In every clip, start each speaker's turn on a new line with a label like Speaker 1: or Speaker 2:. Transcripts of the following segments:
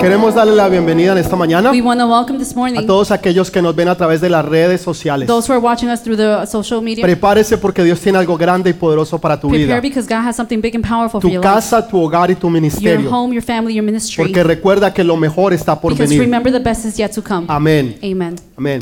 Speaker 1: Queremos darle la bienvenida en esta mañana
Speaker 2: We want to welcome this
Speaker 1: a
Speaker 2: morning
Speaker 1: todos aquellos que nos ven a través de las redes sociales.
Speaker 2: those who are watching us through the social media.
Speaker 1: Prepárese porque Dios tiene algo grande y poderoso para tu vida.
Speaker 2: Prepare because God has something big and powerful for
Speaker 1: Tu
Speaker 2: your life.
Speaker 1: casa, tu hogar y tu
Speaker 2: Your
Speaker 1: ministerio.
Speaker 2: home, your family, your ministry.
Speaker 1: Porque recuerda que lo mejor está por
Speaker 2: Because
Speaker 1: venir.
Speaker 2: remember the best is yet to come.
Speaker 1: Amén.
Speaker 2: Amen.
Speaker 1: Amén.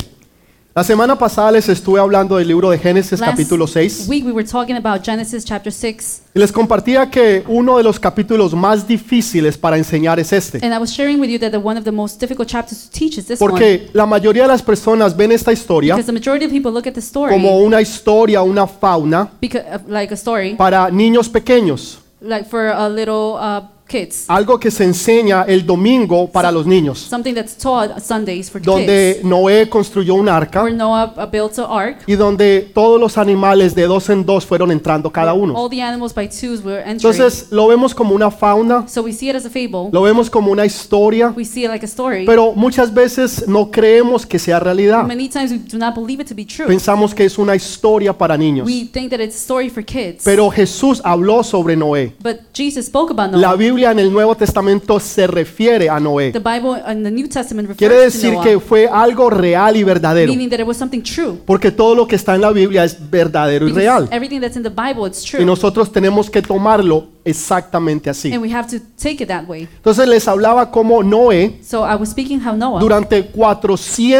Speaker 1: La semana pasada les estuve hablando del libro de Génesis
Speaker 2: Last
Speaker 1: capítulo 6
Speaker 2: week we were talking about Genesis chapter 6
Speaker 1: y les compartía que uno de los capítulos más difíciles para enseñar es este.
Speaker 2: and I was sharing with you that the one of the most difficult chapters to teach is this one.
Speaker 1: Porque la mayoría de las personas ven esta historia
Speaker 2: Because the majority of people look at the story
Speaker 1: como una historia, una fauna
Speaker 2: because, uh, like a story,
Speaker 1: para niños pequeños.
Speaker 2: like for uh, little uh, kids.
Speaker 1: Algo que se enseña el domingo para los niños,
Speaker 2: Something that's taught Sundays for
Speaker 1: donde
Speaker 2: kids.
Speaker 1: Noé construyó un arca
Speaker 2: Where Noah uh, built an ark.
Speaker 1: y donde todos los animales de dos en dos fueron entrando cada uno.
Speaker 2: All the animals by twos were entering.
Speaker 1: Entonces lo vemos como una fauna,
Speaker 2: so we see it as a fable.
Speaker 1: lo vemos como una historia,
Speaker 2: We see it like a story.
Speaker 1: pero muchas veces no creemos que sea realidad.
Speaker 2: Many times we do not believe it to be true.
Speaker 1: Pensamos que es una historia para niños.
Speaker 2: We think that it's a story for kids.
Speaker 1: Pero Jesús habló sobre Noé.
Speaker 2: but Jesus spoke about Noah.
Speaker 1: La Biblia en el Nuevo Testamento se refiere a Noé.
Speaker 2: the Bible and the New Testament refers
Speaker 1: Quiere
Speaker 2: to
Speaker 1: decir
Speaker 2: Noah,
Speaker 1: que fue algo real y verdadero.
Speaker 2: meaning that it was something true.
Speaker 1: Porque todo lo que está en la Biblia es verdadero y
Speaker 2: Because
Speaker 1: real.
Speaker 2: Everything that's in the Bible, it's true.
Speaker 1: Y nosotros tenemos que tomarlo exactamente
Speaker 2: and
Speaker 1: así.
Speaker 2: we have to take it that way.
Speaker 1: Entonces les hablaba cómo Noé
Speaker 2: So I was speaking how Noah,
Speaker 1: durante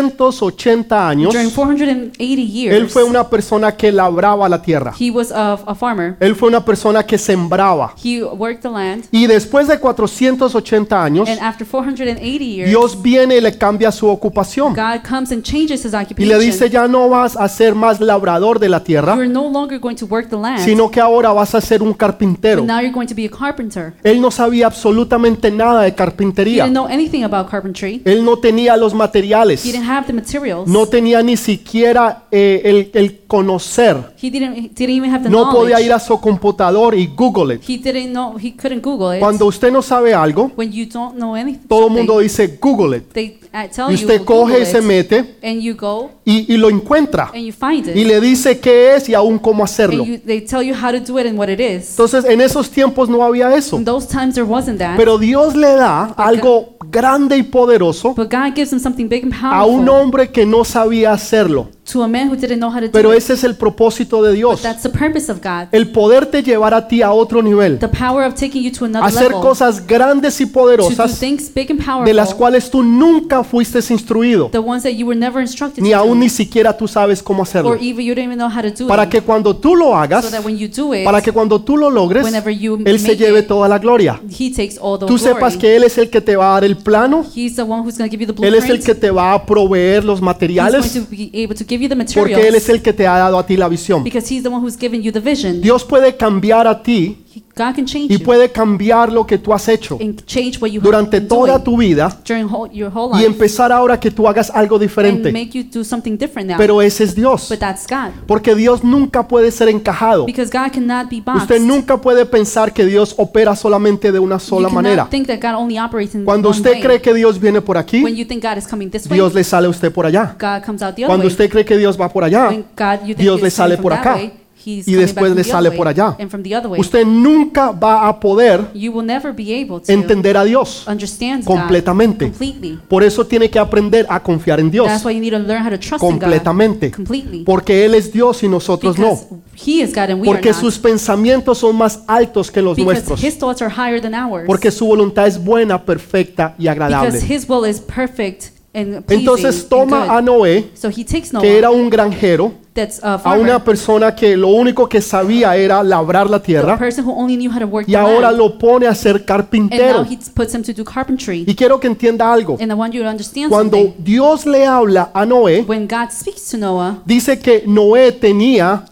Speaker 1: 480 años,
Speaker 2: during 480 years,
Speaker 1: él fue una persona que labraba la tierra.
Speaker 2: he was a, a farmer.
Speaker 1: Él fue una persona que sembraba.
Speaker 2: He worked the land.
Speaker 1: Y después de 480 años,
Speaker 2: And after 480 years,
Speaker 1: Dios viene y le cambia su ocupación.
Speaker 2: God comes and changes his
Speaker 1: Y
Speaker 2: occupation.
Speaker 1: le dice, ya no vas a ser más labrador de la
Speaker 2: you
Speaker 1: tierra,
Speaker 2: are no longer going to work the land,
Speaker 1: sino que ahora vas a ser un
Speaker 2: but
Speaker 1: carpintero.
Speaker 2: now you're going to be a carpenter.
Speaker 1: Él no sabía absolutamente nada de
Speaker 2: He
Speaker 1: carpintería.
Speaker 2: didn't know anything about carpentry.
Speaker 1: Él no tenía los materiales.
Speaker 2: He didn't have the materials.
Speaker 1: No tenía ni siquiera eh, el, el conocer.
Speaker 2: he didn't he didn't even have the
Speaker 1: No
Speaker 2: knowledge.
Speaker 1: podía ir a su computador y Google it.
Speaker 2: he didn't know he couldn't Google it.
Speaker 1: Cuando usted no sabe algo,
Speaker 2: when you don't know anything,
Speaker 1: todo el mundo dice Google it.
Speaker 2: they uh, tell
Speaker 1: Y
Speaker 2: you
Speaker 1: usted
Speaker 2: "Google
Speaker 1: coge y
Speaker 2: it,"
Speaker 1: se mete
Speaker 2: and you go
Speaker 1: y, y lo encuentra.
Speaker 2: and you find it.
Speaker 1: Y le dice qué es y aún cómo hacerlo.
Speaker 2: and you, they tell you how to do it and what it is.
Speaker 1: Entonces, en esos tiempos no había eso.
Speaker 2: In those times there wasn't that.
Speaker 1: Pero Dios le da algo grande y poderoso
Speaker 2: but God gives them something big and
Speaker 1: a
Speaker 2: Pues, powerful
Speaker 1: un hombre que no sabía hacerlo.
Speaker 2: to a man who didn't know how to do
Speaker 1: Pero
Speaker 2: it.
Speaker 1: ese es el propósito de Dios.
Speaker 2: That's the purpose of God.
Speaker 1: El poderte llevar a ti a otro nivel.
Speaker 2: The power of taking you to another
Speaker 1: hacer
Speaker 2: level.
Speaker 1: cosas grandes y
Speaker 2: to do
Speaker 1: poderosas
Speaker 2: things big and powerful.
Speaker 1: de las cuales tú nunca fuiste instruido,
Speaker 2: the ones that you were never instructed
Speaker 1: ni
Speaker 2: to do.
Speaker 1: aún ni siquiera tú sabes cómo
Speaker 2: or
Speaker 1: hacerlo.
Speaker 2: even you don't even know how to do
Speaker 1: Para
Speaker 2: them.
Speaker 1: que cuando tú lo hagas,
Speaker 2: so that when you do it,
Speaker 1: para que cuando tú lo logres,
Speaker 2: whenever you
Speaker 1: Él se
Speaker 2: make
Speaker 1: lleve
Speaker 2: it,
Speaker 1: toda la gloria.
Speaker 2: he takes all the
Speaker 1: Tú
Speaker 2: glory.
Speaker 1: sepas que Él es el que te va a dar el plano,
Speaker 2: He's the one who's going to give you the
Speaker 1: Él
Speaker 2: blueprint.
Speaker 1: es el que te va a proveer los
Speaker 2: He's going to
Speaker 1: materiales,
Speaker 2: be able to give you the
Speaker 1: porque
Speaker 2: materials
Speaker 1: Él es el que te ha dado a ti la visión.
Speaker 2: because he's the one who's given you the vision.
Speaker 1: Dios puede cambiar a ti
Speaker 2: He- God can change
Speaker 1: y
Speaker 2: you
Speaker 1: puede cambiar lo que tú has hecho
Speaker 2: and change what you
Speaker 1: durante
Speaker 2: have been doing
Speaker 1: toda tu vida
Speaker 2: during whole, your whole
Speaker 1: y
Speaker 2: life
Speaker 1: empezar ahora que tú hagas algo
Speaker 2: and
Speaker 1: diferente.
Speaker 2: make you do something different now.
Speaker 1: Pero ese es Dios.
Speaker 2: but that's God
Speaker 1: Porque Dios nunca puede ser encajado.
Speaker 2: Pues, because God cannot be boxed.
Speaker 1: Usted nunca puede pensar que Dios opera solamente de una
Speaker 2: you
Speaker 1: sola
Speaker 2: cannot
Speaker 1: manera.
Speaker 2: think that God only operates in
Speaker 1: Cuando
Speaker 2: one
Speaker 1: usted
Speaker 2: way.
Speaker 1: cree que Dios viene por
Speaker 2: when
Speaker 1: aquí,
Speaker 2: you think God is coming this
Speaker 1: Dios
Speaker 2: way,
Speaker 1: le sale a usted por allá.
Speaker 2: God comes out the other
Speaker 1: Cuando
Speaker 2: way.
Speaker 1: usted cree que Dios va por allá,
Speaker 2: When God, you think
Speaker 1: Ah, Dios
Speaker 2: he's
Speaker 1: le sale
Speaker 2: coming
Speaker 1: por
Speaker 2: from that
Speaker 1: acá,
Speaker 2: way, he's
Speaker 1: y
Speaker 2: coming
Speaker 1: después
Speaker 2: back from
Speaker 1: le
Speaker 2: the
Speaker 1: sale
Speaker 2: other
Speaker 1: por
Speaker 2: way,
Speaker 1: allá.
Speaker 2: and from the other way.
Speaker 1: usted nunca va a poder
Speaker 2: You will never be able to
Speaker 1: entender a Dios.
Speaker 2: understand
Speaker 1: completamente.
Speaker 2: God completely.
Speaker 1: Por eso tiene que aprender a confiar en Dios
Speaker 2: That's why you need to learn how to trust
Speaker 1: completamente.
Speaker 2: in God completely.
Speaker 1: Porque Él es Dios y nosotros no.
Speaker 2: because He is God and we
Speaker 1: Porque
Speaker 2: are not.
Speaker 1: sus pensamientos son más altos que los
Speaker 2: Because
Speaker 1: nuestros.
Speaker 2: His thoughts are higher than ours.
Speaker 1: Porque su voluntad es buena, perfecta y
Speaker 2: because
Speaker 1: agradable.
Speaker 2: His will is perfect and pleasing
Speaker 1: Entonces
Speaker 2: and
Speaker 1: toma a
Speaker 2: good.
Speaker 1: Noé,
Speaker 2: so He takes Noah,
Speaker 1: que era un granjero,
Speaker 2: that's a
Speaker 1: a
Speaker 2: farmer,
Speaker 1: una persona que lo único que sabía era labrar la
Speaker 2: a
Speaker 1: tierra,
Speaker 2: person who only knew how to work
Speaker 1: y
Speaker 2: the
Speaker 1: ahora
Speaker 2: land,
Speaker 1: lo pone a ser
Speaker 2: and now
Speaker 1: carpintero.
Speaker 2: He puts him to do carpentry.
Speaker 1: Y quiero que entienda algo.
Speaker 2: and I want you to understand
Speaker 1: Cuando
Speaker 2: something.
Speaker 1: Dios le habla a Noé,
Speaker 2: When God speaks to Noah,
Speaker 1: dice que Noé tenía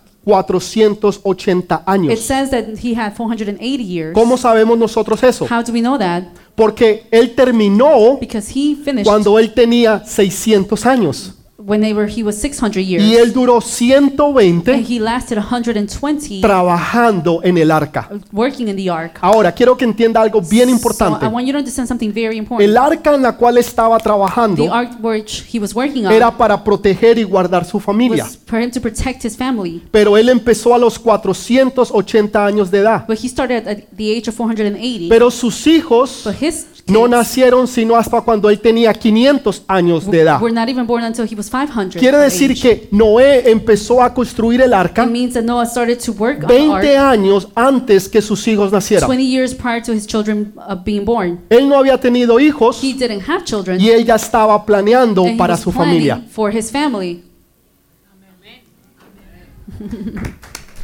Speaker 1: 480
Speaker 2: It
Speaker 1: años.
Speaker 2: says that he had 480 years.
Speaker 1: ¿Cómo sabemos nosotros eso?
Speaker 2: How do we know that?
Speaker 1: Porque él terminó
Speaker 2: Because he finished
Speaker 1: cuando él tenía 600 años.
Speaker 2: when they were, he was 600
Speaker 1: y
Speaker 2: years,
Speaker 1: él duró
Speaker 2: and
Speaker 1: 120
Speaker 2: he lasted 120
Speaker 1: trabajando en el arca.
Speaker 2: working in the ark.
Speaker 1: Ahora, quiero que entienda algo bien
Speaker 2: So I
Speaker 1: importante.
Speaker 2: want you to understand something very
Speaker 1: El
Speaker 2: important.
Speaker 1: arca en la cual estaba trabajando
Speaker 2: The ark which he was working on
Speaker 1: era para proteger y guardar su familia.
Speaker 2: was for him to protect his family,
Speaker 1: Pero él empezó a los 480 años de edad.
Speaker 2: but he started at the age of 480.
Speaker 1: Pero sus hijos
Speaker 2: But his kids
Speaker 1: no nacieron sino hasta cuando él tenía 500 años de edad.
Speaker 2: were not even born until he was 500.
Speaker 1: Quiere
Speaker 2: of
Speaker 1: decir
Speaker 2: age.
Speaker 1: que Noé empezó a construir el
Speaker 2: It
Speaker 1: arca
Speaker 2: means that Noah started to work on the
Speaker 1: 20
Speaker 2: ark
Speaker 1: años antes que sus hijos nacieran.
Speaker 2: 20 years prior to his children uh, being born.
Speaker 1: Él no había tenido hijos
Speaker 2: He didn't have children,
Speaker 1: y ella estaba planeando
Speaker 2: and he
Speaker 1: para
Speaker 2: was
Speaker 1: su
Speaker 2: planning
Speaker 1: familia.
Speaker 2: for his family.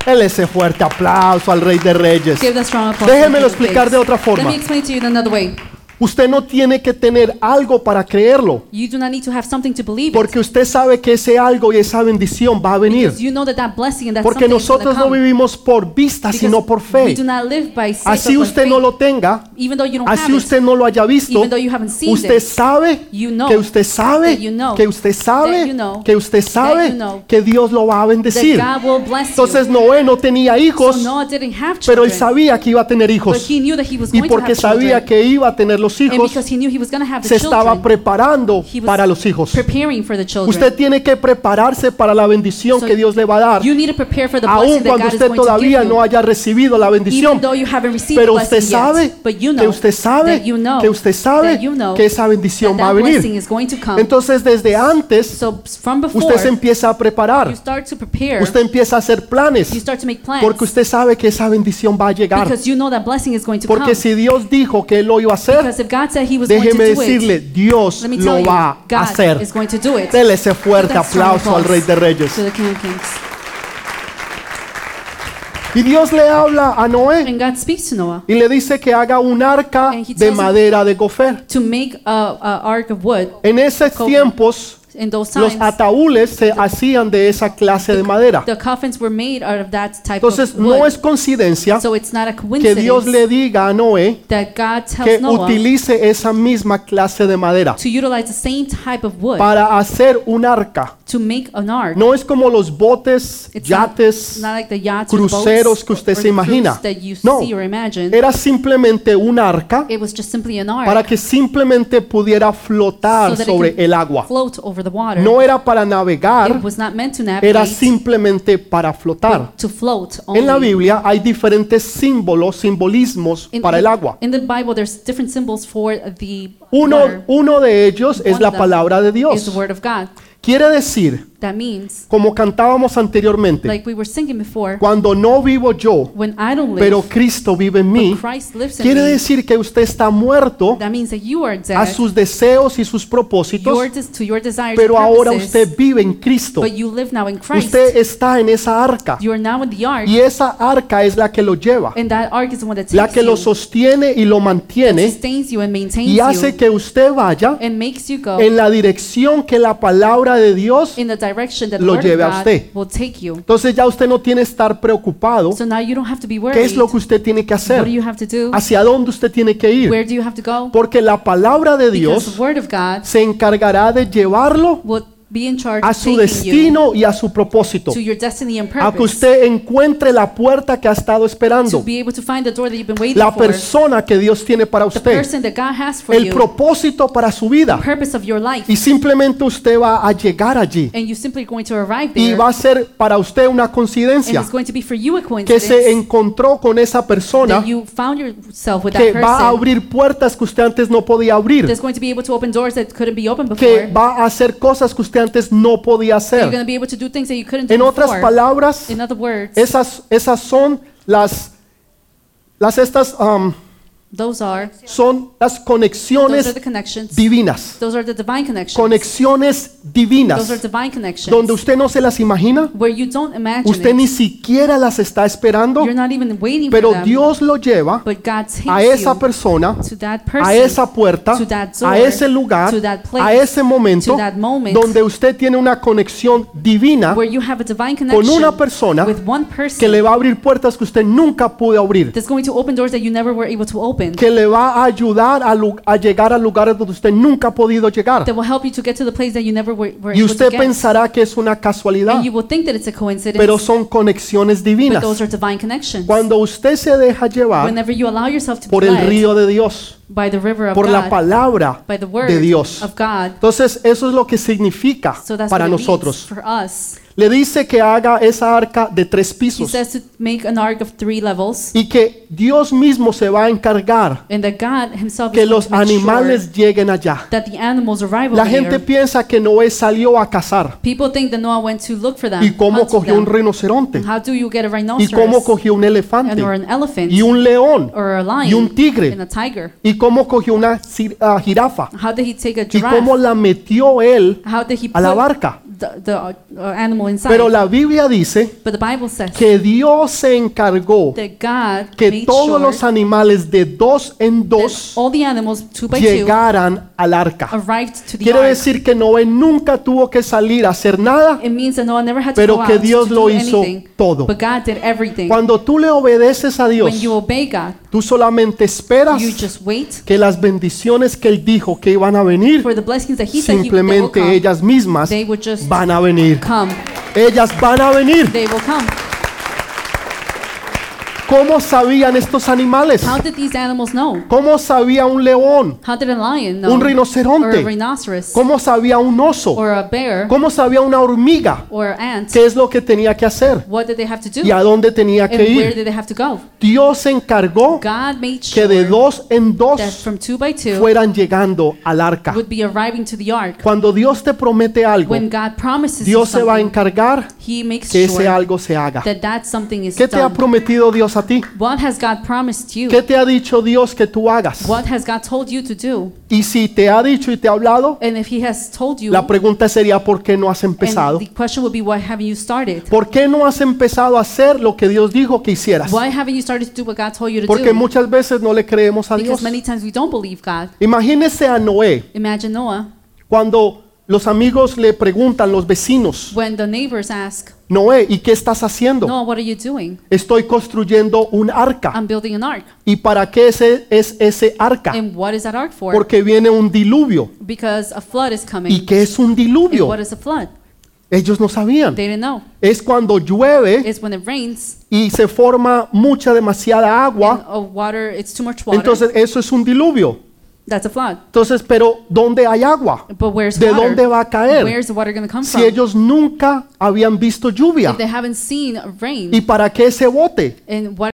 Speaker 1: Él ese fuerte aplauso al Rey de Reyes.
Speaker 2: Give that strong applause.
Speaker 1: Déjemelo
Speaker 2: Thank you,
Speaker 1: explicar de
Speaker 2: thanks.
Speaker 1: otra forma.
Speaker 2: Let me explain to you in another way.
Speaker 1: Usted no tiene que tener algo para creerlo,
Speaker 2: You do not need to have something to believe it.
Speaker 1: porque usted sabe que ese algo y esa bendición va a venir.
Speaker 2: You know that that blessing and that
Speaker 1: Porque
Speaker 2: something is gonna
Speaker 1: nosotros no
Speaker 2: come.
Speaker 1: vivimos por vista,
Speaker 2: Because
Speaker 1: sino por
Speaker 2: We
Speaker 1: fe.
Speaker 2: do not live by sight,
Speaker 1: Así
Speaker 2: but by
Speaker 1: usted no
Speaker 2: faith.
Speaker 1: lo tenga,
Speaker 2: Even though you don't have
Speaker 1: así
Speaker 2: it,
Speaker 1: usted no lo haya visto,
Speaker 2: Even though you haven't seen
Speaker 1: usted
Speaker 2: it.
Speaker 1: sabe
Speaker 2: You know
Speaker 1: que usted sabe
Speaker 2: that you know
Speaker 1: que usted
Speaker 2: that
Speaker 1: sabe
Speaker 2: you know
Speaker 1: que usted
Speaker 2: that you
Speaker 1: sabe
Speaker 2: know
Speaker 1: que Dios lo va a
Speaker 2: that
Speaker 1: bendecir.
Speaker 2: God will bless
Speaker 1: Entonces
Speaker 2: you.
Speaker 1: Noé no tenía
Speaker 2: So
Speaker 1: hijos,
Speaker 2: Noah didn't have
Speaker 1: pero él
Speaker 2: children,
Speaker 1: sabía que iba a tener
Speaker 2: but
Speaker 1: hijos.
Speaker 2: he knew that he was
Speaker 1: Y
Speaker 2: going to
Speaker 1: porque
Speaker 2: have
Speaker 1: sabía
Speaker 2: children,
Speaker 1: que iba a tener los
Speaker 2: and
Speaker 1: hijos,
Speaker 2: because he knew he was going to have
Speaker 1: se
Speaker 2: the children,
Speaker 1: estaba preparando
Speaker 2: he was
Speaker 1: para los hijos.
Speaker 2: preparing for the children.
Speaker 1: Usted tiene que prepararse para la bendición
Speaker 2: So
Speaker 1: que Dios le va a dar,
Speaker 2: you need to prepare for the
Speaker 1: aun
Speaker 2: blessing that
Speaker 1: cuando
Speaker 2: God is
Speaker 1: usted
Speaker 2: going to give
Speaker 1: todavía
Speaker 2: you,
Speaker 1: no haya recibido la bendición.
Speaker 2: even though you haven't received
Speaker 1: Pero
Speaker 2: the blessing
Speaker 1: usted sabe
Speaker 2: yet. But you know
Speaker 1: que usted sabe
Speaker 2: that you know
Speaker 1: que usted sabe
Speaker 2: that you know
Speaker 1: que esa bendición
Speaker 2: that
Speaker 1: va a
Speaker 2: that blessing
Speaker 1: venir.
Speaker 2: is going to come.
Speaker 1: Entonces desde antes
Speaker 2: so from before,
Speaker 1: usted se empieza a
Speaker 2: you
Speaker 1: preparar,
Speaker 2: start to prepare,
Speaker 1: usted empieza a hacer
Speaker 2: you
Speaker 1: planes,
Speaker 2: start to make plans,
Speaker 1: porque usted sabe que esa bendición va a llegar.
Speaker 2: because you know that blessing is going to
Speaker 1: Porque
Speaker 2: come.
Speaker 1: si Dios dijo que él lo iba a hacer,
Speaker 2: Because if God said he was going to
Speaker 1: déjeme
Speaker 2: do
Speaker 1: decirle,
Speaker 2: it,
Speaker 1: Dios
Speaker 2: let me tell
Speaker 1: lo
Speaker 2: you,
Speaker 1: va a
Speaker 2: God
Speaker 1: hacer.
Speaker 2: is going to do it.
Speaker 1: Dele ese fuerte
Speaker 2: That's strong
Speaker 1: aplauso al Rey
Speaker 2: applause
Speaker 1: de Reyes.
Speaker 2: to the King of Kings.
Speaker 1: Y Dios le habla a Noé
Speaker 2: And God speaks to Noah
Speaker 1: y le dice que haga un arca
Speaker 2: And he tells
Speaker 1: de
Speaker 2: him-
Speaker 1: madera de gofer.
Speaker 2: to make a, a ark of wood
Speaker 1: En esos
Speaker 2: Cover.
Speaker 1: tiempos
Speaker 2: in those times.
Speaker 1: Los ataúdes se hacían de esa clase de madera.
Speaker 2: The coffins were made out of that type
Speaker 1: Entonces
Speaker 2: of wood.
Speaker 1: no es coincidencia
Speaker 2: so it's not a
Speaker 1: que
Speaker 2: coincidence
Speaker 1: Dios le diga a Noé
Speaker 2: that God tells
Speaker 1: que
Speaker 2: Noah
Speaker 1: utilice esa misma clase de madera
Speaker 2: to utilize the same type of wood
Speaker 1: para hacer un arca.
Speaker 2: to make an ark.
Speaker 1: No es como los botes,
Speaker 2: It's not-
Speaker 1: yates.
Speaker 2: not like the yachts
Speaker 1: cruceros
Speaker 2: or the boats
Speaker 1: que usted
Speaker 2: or
Speaker 1: se
Speaker 2: the
Speaker 1: imagina.
Speaker 2: cruise That you
Speaker 1: No.
Speaker 2: see or imagine.
Speaker 1: Era simplemente un arca
Speaker 2: It was just simply an ark
Speaker 1: para que simplemente pudiera flotar
Speaker 2: so that
Speaker 1: sobre
Speaker 2: it can
Speaker 1: el agua.
Speaker 2: float over the water.
Speaker 1: No era para navegar,
Speaker 2: it was not meant to navigate,
Speaker 1: era simplemente para flotar.
Speaker 2: to float only.
Speaker 1: En la Biblia hay diferentes símbolos, simbolismos
Speaker 2: In-
Speaker 1: para el agua.
Speaker 2: In the Bible, there's different symbols for the
Speaker 1: Uno,
Speaker 2: water.
Speaker 1: uno de ellos es
Speaker 2: One
Speaker 1: la
Speaker 2: of them
Speaker 1: palabra de
Speaker 2: is the
Speaker 1: Dios.
Speaker 2: word of God.
Speaker 1: Quiere decir,
Speaker 2: That means,
Speaker 1: como cantábamos anteriormente,
Speaker 2: like we were singing before,
Speaker 1: cuando no vivo yo,
Speaker 2: when I don't live,
Speaker 1: pero Cristo vive en
Speaker 2: but
Speaker 1: mí,
Speaker 2: Christ lives in
Speaker 1: quiere
Speaker 2: me.
Speaker 1: decir que usted está muerto
Speaker 2: That means that you are
Speaker 1: a
Speaker 2: dead
Speaker 1: sus deseos y sus propósitos,
Speaker 2: your des- to your desires
Speaker 1: pero
Speaker 2: and
Speaker 1: ahora
Speaker 2: purposes,
Speaker 1: usted vive en Cristo.
Speaker 2: but you live now in Christ.
Speaker 1: Usted está en esa arca
Speaker 2: you are now in the ark,
Speaker 1: y esa arca es la que lo lleva,
Speaker 2: and that ark is the one that takes
Speaker 1: la que
Speaker 2: you,
Speaker 1: lo sostiene y lo mantiene
Speaker 2: sustains you and maintains
Speaker 1: y hace
Speaker 2: you,
Speaker 1: que usted vaya
Speaker 2: and makes you go
Speaker 1: en la dirección que la palabra de Dios.
Speaker 2: in the direction that
Speaker 1: lo
Speaker 2: the Word of
Speaker 1: lleve a
Speaker 2: God
Speaker 1: usted.
Speaker 2: will take you.
Speaker 1: Entonces ya usted no tiene que estar preocupado.
Speaker 2: So now you don't have to be worried.
Speaker 1: ¿Qué es lo que usted tiene que
Speaker 2: what do
Speaker 1: hacer?
Speaker 2: you have to do?
Speaker 1: ¿Hacia dónde usted tiene que ir?
Speaker 2: Where do you have to go?
Speaker 1: Porque la palabra de
Speaker 2: because
Speaker 1: Dios
Speaker 2: the Word of God
Speaker 1: se encargará de llevarlo
Speaker 2: will be in charge
Speaker 1: a
Speaker 2: of
Speaker 1: su
Speaker 2: taking
Speaker 1: destino y a su propósito.
Speaker 2: you to your destiny and
Speaker 1: A que
Speaker 2: purpose.
Speaker 1: usted encuentre la puerta que ha estado
Speaker 2: to
Speaker 1: esperando.
Speaker 2: be able to find the door that you've been waiting
Speaker 1: La
Speaker 2: for.
Speaker 1: persona que Dios tiene para
Speaker 2: the
Speaker 1: usted.
Speaker 2: person that God has for
Speaker 1: El
Speaker 2: you.
Speaker 1: propósito para su vida.
Speaker 2: purpose of your life.
Speaker 1: Y simplemente usted va a llegar allí.
Speaker 2: and you're simply going to arrive
Speaker 1: Y
Speaker 2: there.
Speaker 1: va a ser para usted una
Speaker 2: and
Speaker 1: coincidencia
Speaker 2: it's going to be for you a
Speaker 1: que
Speaker 2: coincidence
Speaker 1: se encontró con esa persona
Speaker 2: that you found yourself with
Speaker 1: que
Speaker 2: that
Speaker 1: va a
Speaker 2: person
Speaker 1: abrir puertas que usted antes no podía abrir,
Speaker 2: that's going to be able to open doors that couldn't be opened before.
Speaker 1: que va a hacer cosas que usted antes no podía
Speaker 2: You're going
Speaker 1: hacer.
Speaker 2: to be able to do things that you couldn't
Speaker 1: En
Speaker 2: do
Speaker 1: otras
Speaker 2: before.
Speaker 1: palabras,
Speaker 2: In other words,
Speaker 1: esas, esas son las, las estas um,
Speaker 2: those are
Speaker 1: son las
Speaker 2: those are
Speaker 1: conexiones
Speaker 2: the connections.
Speaker 1: divinas,
Speaker 2: Those are the divine connections.
Speaker 1: conexiones
Speaker 2: Those are
Speaker 1: divinas,
Speaker 2: divine connections.
Speaker 1: donde usted no se las imagina,
Speaker 2: where you don't imagine
Speaker 1: usted
Speaker 2: it.
Speaker 1: ni siquiera las está esperando,
Speaker 2: You're not even waiting for
Speaker 1: pero
Speaker 2: them.
Speaker 1: Dios lo lleva
Speaker 2: but God takes
Speaker 1: a esa
Speaker 2: you
Speaker 1: persona
Speaker 2: to that
Speaker 1: a
Speaker 2: person,
Speaker 1: esa puerta,
Speaker 2: to that door,
Speaker 1: a ese lugar,
Speaker 2: to that place,
Speaker 1: a ese momento
Speaker 2: to that moment,
Speaker 1: donde usted tiene una conexión divina
Speaker 2: where you have a divine
Speaker 1: con
Speaker 2: connection
Speaker 1: una persona
Speaker 2: with one person
Speaker 1: que le va a abrir puertas que usted nunca pudo abrir.
Speaker 2: that's going to open doors that you never were able to opened
Speaker 1: que le va a ayudar a, lu- a llegar a lugares donde usted nunca ha podido llegar.
Speaker 2: that will help you to get to the place that you never were, were
Speaker 1: Y
Speaker 2: able to
Speaker 1: usted
Speaker 2: get.
Speaker 1: pensará que es una casualidad,
Speaker 2: and you will think that it's a coincidence,
Speaker 1: pero son conexiones
Speaker 2: but
Speaker 1: divinas.
Speaker 2: those are divine connections.
Speaker 1: Cuando usted se deja llevar
Speaker 2: Whenever you allow yourself to be
Speaker 1: por el
Speaker 2: led
Speaker 1: río de Dios,
Speaker 2: by the river of
Speaker 1: por la
Speaker 2: God,
Speaker 1: palabra
Speaker 2: by the word
Speaker 1: de Dios.
Speaker 2: of God,
Speaker 1: Entonces, eso es lo que significa
Speaker 2: so that's
Speaker 1: para
Speaker 2: what it means
Speaker 1: nosotros.
Speaker 2: for us.
Speaker 1: Le dice que haga esa arca de tres
Speaker 2: He
Speaker 1: pisos
Speaker 2: says to make an ark of three levels,
Speaker 1: y que Dios mismo se va a encargar
Speaker 2: and that God Himself
Speaker 1: que
Speaker 2: is going
Speaker 1: los
Speaker 2: to make sure
Speaker 1: animales lleguen allá.
Speaker 2: that the animals arrive
Speaker 1: La
Speaker 2: over
Speaker 1: gente
Speaker 2: there.
Speaker 1: piensa que Noé salió a cazar
Speaker 2: People think that Noah went to look for them.
Speaker 1: y cómo
Speaker 2: hunt for
Speaker 1: cogió un
Speaker 2: them.
Speaker 1: rinoceronte
Speaker 2: How do you get a
Speaker 1: y
Speaker 2: rhinoceros
Speaker 1: cómo cogió un
Speaker 2: and
Speaker 1: elefante
Speaker 2: or an elephant
Speaker 1: y un león
Speaker 2: or a lion
Speaker 1: y un
Speaker 2: and
Speaker 1: tigre
Speaker 2: a tiger?
Speaker 1: y cómo cogió una ci- ah, jirafa
Speaker 2: How did he take a
Speaker 1: y
Speaker 2: giraffe?
Speaker 1: cómo la metió él
Speaker 2: How did he
Speaker 1: a
Speaker 2: put
Speaker 1: la barca.
Speaker 2: the, the uh, uh, animal inside?
Speaker 1: Pero la Biblia dice
Speaker 2: but the Bible says
Speaker 1: que Dios se encargó
Speaker 2: that God
Speaker 1: que
Speaker 2: made
Speaker 1: todos
Speaker 2: sure
Speaker 1: los animales de dos en
Speaker 2: that
Speaker 1: dos
Speaker 2: all the animals, two by two,
Speaker 1: llegaran al arca.
Speaker 2: arrived to the
Speaker 1: Quiere
Speaker 2: ark.
Speaker 1: decir que Noé nunca tuvo que salir a hacer nada.
Speaker 2: It means that Noah never had to
Speaker 1: Pero
Speaker 2: go
Speaker 1: que
Speaker 2: out
Speaker 1: Dios
Speaker 2: to
Speaker 1: lo
Speaker 2: do
Speaker 1: hizo
Speaker 2: anything,
Speaker 1: todo.
Speaker 2: But God did everything.
Speaker 1: Cuando tú le obedeces a Dios,
Speaker 2: when you obey God,
Speaker 1: tú solamente esperas
Speaker 2: you just wait
Speaker 1: que las bendiciones que él dijo que iban a venir,
Speaker 2: for the blessings that He said he, they will come.
Speaker 1: simplemente ellas mismas
Speaker 2: they will just
Speaker 1: van a venir.
Speaker 2: come.
Speaker 1: Ellas van a venir.
Speaker 2: They will come.
Speaker 1: ¿Cómo sabían estos animales?
Speaker 2: How did these animals know?
Speaker 1: ¿Cómo sabía un león?
Speaker 2: How did a lion know?
Speaker 1: Un rinoceronte.
Speaker 2: Or a rhinoceros.
Speaker 1: ¿Cómo sabía un oso?
Speaker 2: Or a bear.
Speaker 1: ¿Cómo sabía una hormiga?
Speaker 2: Or ant.
Speaker 1: ¿Qué es lo que tenía que hacer?
Speaker 2: What did they have to do?
Speaker 1: ¿Y a dónde tenía
Speaker 2: and
Speaker 1: que
Speaker 2: where
Speaker 1: ir?
Speaker 2: did they have to go?
Speaker 1: Dios se encargó
Speaker 2: God made
Speaker 1: que
Speaker 2: sure
Speaker 1: de dos en
Speaker 2: that
Speaker 1: dos
Speaker 2: from two by two
Speaker 1: fueran llegando al arca.
Speaker 2: would be arriving to the ark.
Speaker 1: Cuando Dios te promete algo,
Speaker 2: When God promises you
Speaker 1: Dios se va a
Speaker 2: something,
Speaker 1: encargar
Speaker 2: He makes
Speaker 1: que ese
Speaker 2: sure
Speaker 1: algo se haga.
Speaker 2: that that something is
Speaker 1: ¿Qué te ha
Speaker 2: done.
Speaker 1: prometido Dios a ti?
Speaker 2: What has God promised you?
Speaker 1: ¿Qué te ha dicho Dios que tú hagas?
Speaker 2: What has God told you to do?
Speaker 1: Y si te ha dicho y te ha hablado,
Speaker 2: And if He has told you,
Speaker 1: la pregunta sería ¿por qué no has
Speaker 2: and
Speaker 1: empezado?
Speaker 2: the question would be, why haven't you started?
Speaker 1: ¿Por qué no has empezado a hacer lo que Dios dijo que hicieras?
Speaker 2: Why haven't you started to do what God told you to
Speaker 1: Porque
Speaker 2: do?
Speaker 1: muchas veces no le creemos a Dios.
Speaker 2: Because many times we don't believe God.
Speaker 1: Imagínese a Noé
Speaker 2: Imagine Noah
Speaker 1: cuando los amigos le preguntan, los vecinos,
Speaker 2: when the neighbors ask,
Speaker 1: Noé, ¿y qué estás haciendo?
Speaker 2: Noah, what are you doing?
Speaker 1: Estoy construyendo un arca.
Speaker 2: I'm building an ark.
Speaker 1: ¿Y para qué ese, es ese arca?
Speaker 2: And what is that ark
Speaker 1: Ah.
Speaker 2: for?
Speaker 1: Porque viene un diluvio.
Speaker 2: because a flood is coming.
Speaker 1: ¿Y qué es un
Speaker 2: And
Speaker 1: diluvio?
Speaker 2: Em- what is a flood?
Speaker 1: Ellos no sabían.
Speaker 2: They didn't know.
Speaker 1: Es cuando llueve
Speaker 2: It's when it rains
Speaker 1: y se forma mucha demasiada
Speaker 2: and
Speaker 1: agua.
Speaker 2: uh, water, it's too much water.
Speaker 1: Entonces eso es un diluvio.
Speaker 2: That's a flood.
Speaker 1: Entonces, pero ¿dónde hay agua?
Speaker 2: But where's
Speaker 1: ¿De
Speaker 2: Em, water?
Speaker 1: dónde va a caer?
Speaker 2: Where's the water going to come
Speaker 1: Si
Speaker 2: from?
Speaker 1: ellos nunca habían visto lluvia.
Speaker 2: If they haven't seen rain
Speaker 1: ¿Y para qué ese bote?
Speaker 2: and what